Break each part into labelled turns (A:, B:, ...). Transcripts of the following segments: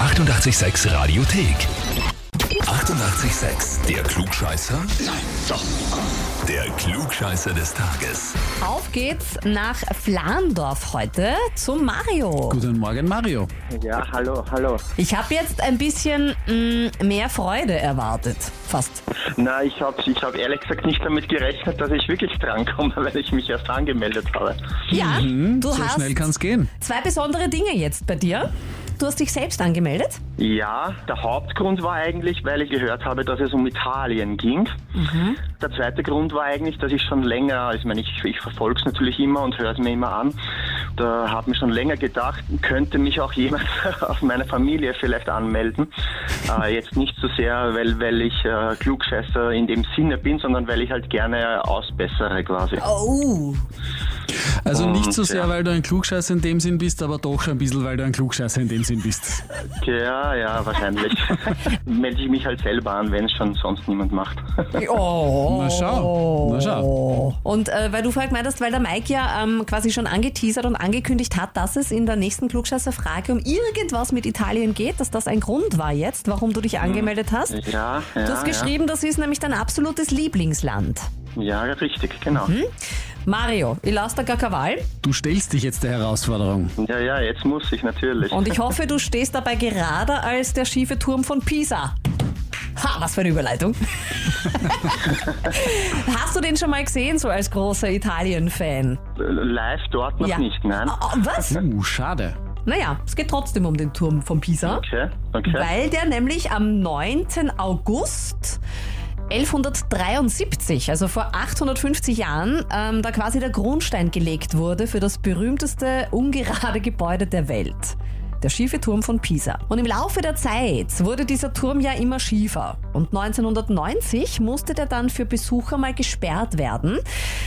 A: 886 Radiothek. 88,6. Der Klugscheißer? Nein, doch. Der Klugscheißer des Tages.
B: Auf geht's nach Flandorf heute zu Mario.
C: Guten Morgen, Mario.
D: Ja, hallo, hallo.
B: Ich habe jetzt ein bisschen mm, mehr Freude erwartet. Fast.
D: Na, ich habe ich hab ehrlich gesagt nicht damit gerechnet, dass ich wirklich drankomme, weil ich mich erst angemeldet habe.
B: Ja,
C: Hm,
B: du
C: so
B: hast
C: schnell kann's gehen.
B: zwei besondere Dinge jetzt bei dir. Du hast dich selbst angemeldet.
D: Ja, der Hauptgrund war eigentlich, weil ich gehört habe, dass es um Italien ging. Der zweite Grund war eigentlich, dass ich schon länger, ich meine, ich, ich verfolge es natürlich immer und höre es mir immer an. Da habe mir schon länger gedacht, könnte mich auch jemand aus meiner Familie vielleicht anmelden. Äh, jetzt nicht so sehr, weil, weil ich äh, Klugscheißer in dem Sinne bin, sondern weil ich halt gerne ausbessere quasi.
B: Oh.
C: Also nicht so
D: Und,
C: sehr,
D: ja.
C: weil du ein Klugscheißer in dem Sinn bist, aber doch ein bisschen, weil du ein Klugscheißer in dem Sinn bist.
D: Ja, ja, wahrscheinlich. Melde ich mich halt selber an, wenn es schon sonst niemand macht.
B: oh.
C: Na schau, na schau.
B: Und äh, weil du vorher gemeint hast, weil der Mike ja ähm, quasi schon angeteasert und angekündigt hat, dass es in der nächsten Klugscheißer-Frage um irgendwas mit Italien geht, dass das ein Grund war jetzt, warum du dich angemeldet hast.
D: Ja, ja.
B: Du hast geschrieben, das ist nämlich dein absolutes Lieblingsland.
D: Ja, ja richtig, genau.
B: Mhm. Mario, ich lasse da gar keine Wahl
C: Du stellst dich jetzt der Herausforderung.
D: Ja, ja, jetzt muss ich natürlich.
B: und ich hoffe, du stehst dabei gerade als der schiefe Turm von Pisa. Ha, was für eine Überleitung. Hast du den schon mal gesehen, so als großer Italien-Fan?
D: Live dort noch nicht, nein.
B: Oh, oh, was?
C: Uh, schade.
B: Naja, es geht trotzdem um den Turm von Pisa,
D: Okay, okay.
B: weil der nämlich am 9. August 1173, also vor 850 Jahren, ähm, da quasi der Grundstein gelegt wurde für das berühmteste ungerade Gebäude der Welt. Der schiefe Turm von Pisa. Und im Laufe der Zeit wurde dieser Turm ja immer schiefer. Und 1990 musste der dann für Besucher mal gesperrt werden.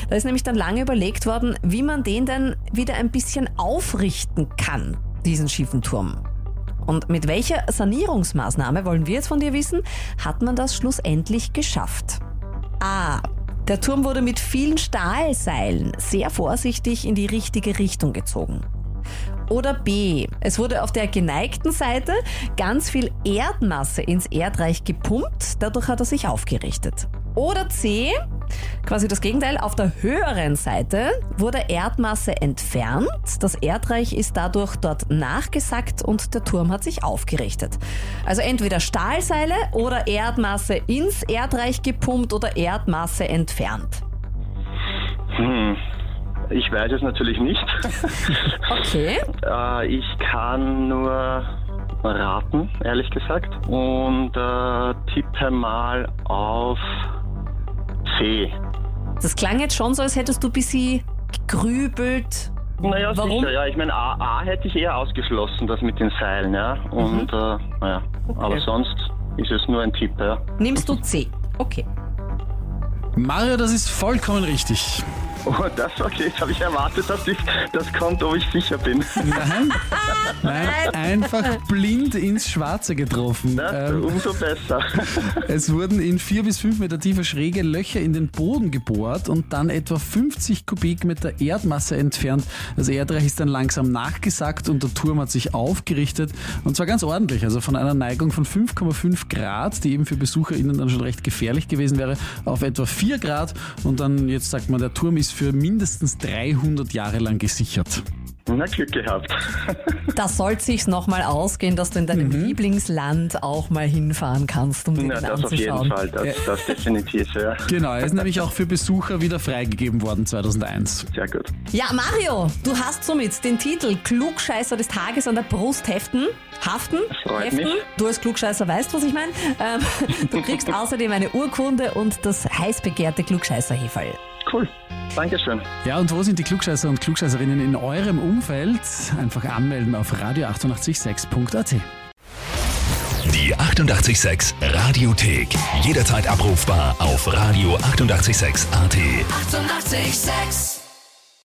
B: Da ist nämlich dann lange überlegt worden, wie man den denn wieder ein bisschen aufrichten kann, diesen schiefen Turm. Und mit welcher Sanierungsmaßnahme, wollen wir jetzt von dir wissen, hat man das schlussendlich geschafft? A. Der Turm wurde mit vielen Stahlseilen sehr vorsichtig in die richtige Richtung gezogen. Oder B. Es wurde auf der geneigten Seite ganz viel Erdmasse ins Erdreich gepumpt, dadurch hat er sich aufgerichtet. Oder C. Quasi das Gegenteil, auf der höheren Seite wurde Erdmasse entfernt, das Erdreich ist dadurch dort nachgesackt und der Turm hat sich aufgerichtet. Also entweder Stahlseile oder Erdmasse ins Erdreich gepumpt oder Erdmasse entfernt.
D: Hm. Ich weiß es natürlich nicht.
B: Okay.
D: äh, ich kann nur raten, ehrlich gesagt. Und äh, tippe mal auf C.
B: Das klang jetzt schon so, als hättest du ein bisschen gegrübelt.
D: Naja,
B: Warum?
D: sicher, ja. Ich meine, A, A hätte ich eher ausgeschlossen, das mit den Seilen, ja.
B: Mhm.
D: Und, äh, naja. Aber sonst ist es nur ein Tipp, ja.
B: Nimmst du C. Okay.
C: Mario, das ist vollkommen richtig.
D: Oh, das, okay, jetzt habe ich erwartet, dass ich, das kommt, ob ich sicher bin.
C: Nein, nein, einfach blind ins Schwarze getroffen.
D: Ja,
C: Ähm,
D: ne? umso besser.
C: Es wurden in vier bis fünf Meter tiefe schräge Löcher in den Boden gebohrt und dann etwa 50 Kubikmeter Erdmasse entfernt. Das Erdreich ist dann langsam nachgesackt und der Turm hat sich aufgerichtet und zwar ganz ordentlich, also von einer Neigung von 5,5 Grad, die eben für BesucherInnen dann schon recht gefährlich gewesen wäre, auf etwa 4 Grad und dann, jetzt sagt man, der Turm ist für mindestens 300 Jahre lang gesichert.
D: Na, Glück gehabt.
B: Da soll sich's nochmal ausgehen, dass du in deinem Lieblingsland auch mal hinfahren kannst, um dir
D: Mhm. Na,
B: den
D: das auf jeden
B: anzuschauen.
D: Fall, das, das definitiv, ja.
C: Genau, er ist nämlich auch für Besucher wieder freigegeben worden 2001.
D: Sehr gut.
B: Ja, Mario, du hast somit den Titel Klugscheißer des Tages an der Brust heften. Haften?
D: freut
B: heften?
D: mich.
B: Du als Klugscheißer weißt, was ich meine. Ähm, du kriegst außerdem eine Urkunde und das heiß begehrte Klugscheißer-Heferl.
D: Cool. Dankeschön.
C: Ja, und wo sind die Klugscheißer und Klugscheißerinnen in eurem Umfeld? Einfach anmelden auf radio886.at.
A: Die 88,6 Radiothek. Jederzeit abrufbar auf radio886.at. 88,6.
E: Eighty-eight, sex.